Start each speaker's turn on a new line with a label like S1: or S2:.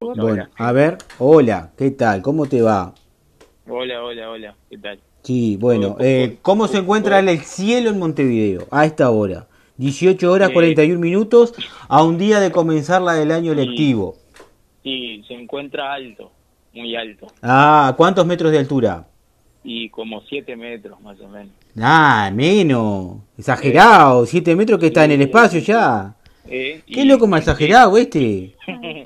S1: Bueno, a ver, hola, ¿qué tal? ¿Cómo te va?
S2: Hola, hola, hola, ¿qué tal?
S1: Sí, bueno, eh, ¿cómo se encuentra el cielo en Montevideo a esta hora? 18 horas
S2: Eh.
S1: 41 minutos a un día de comenzar la del año
S2: Sí.
S1: lectivo.
S2: Sí, se encuentra alto, muy alto,
S1: Ah, ¿cuántos metros de altura?
S2: y como 7 metros más o menos.
S1: Ah, menos. Exagerado, 7 metros que está en el
S2: Eh, Sí,
S1: espacio
S2: sí,
S1: ya.
S2: Eh,
S1: Qué
S2: y-
S1: loco más exagerado este.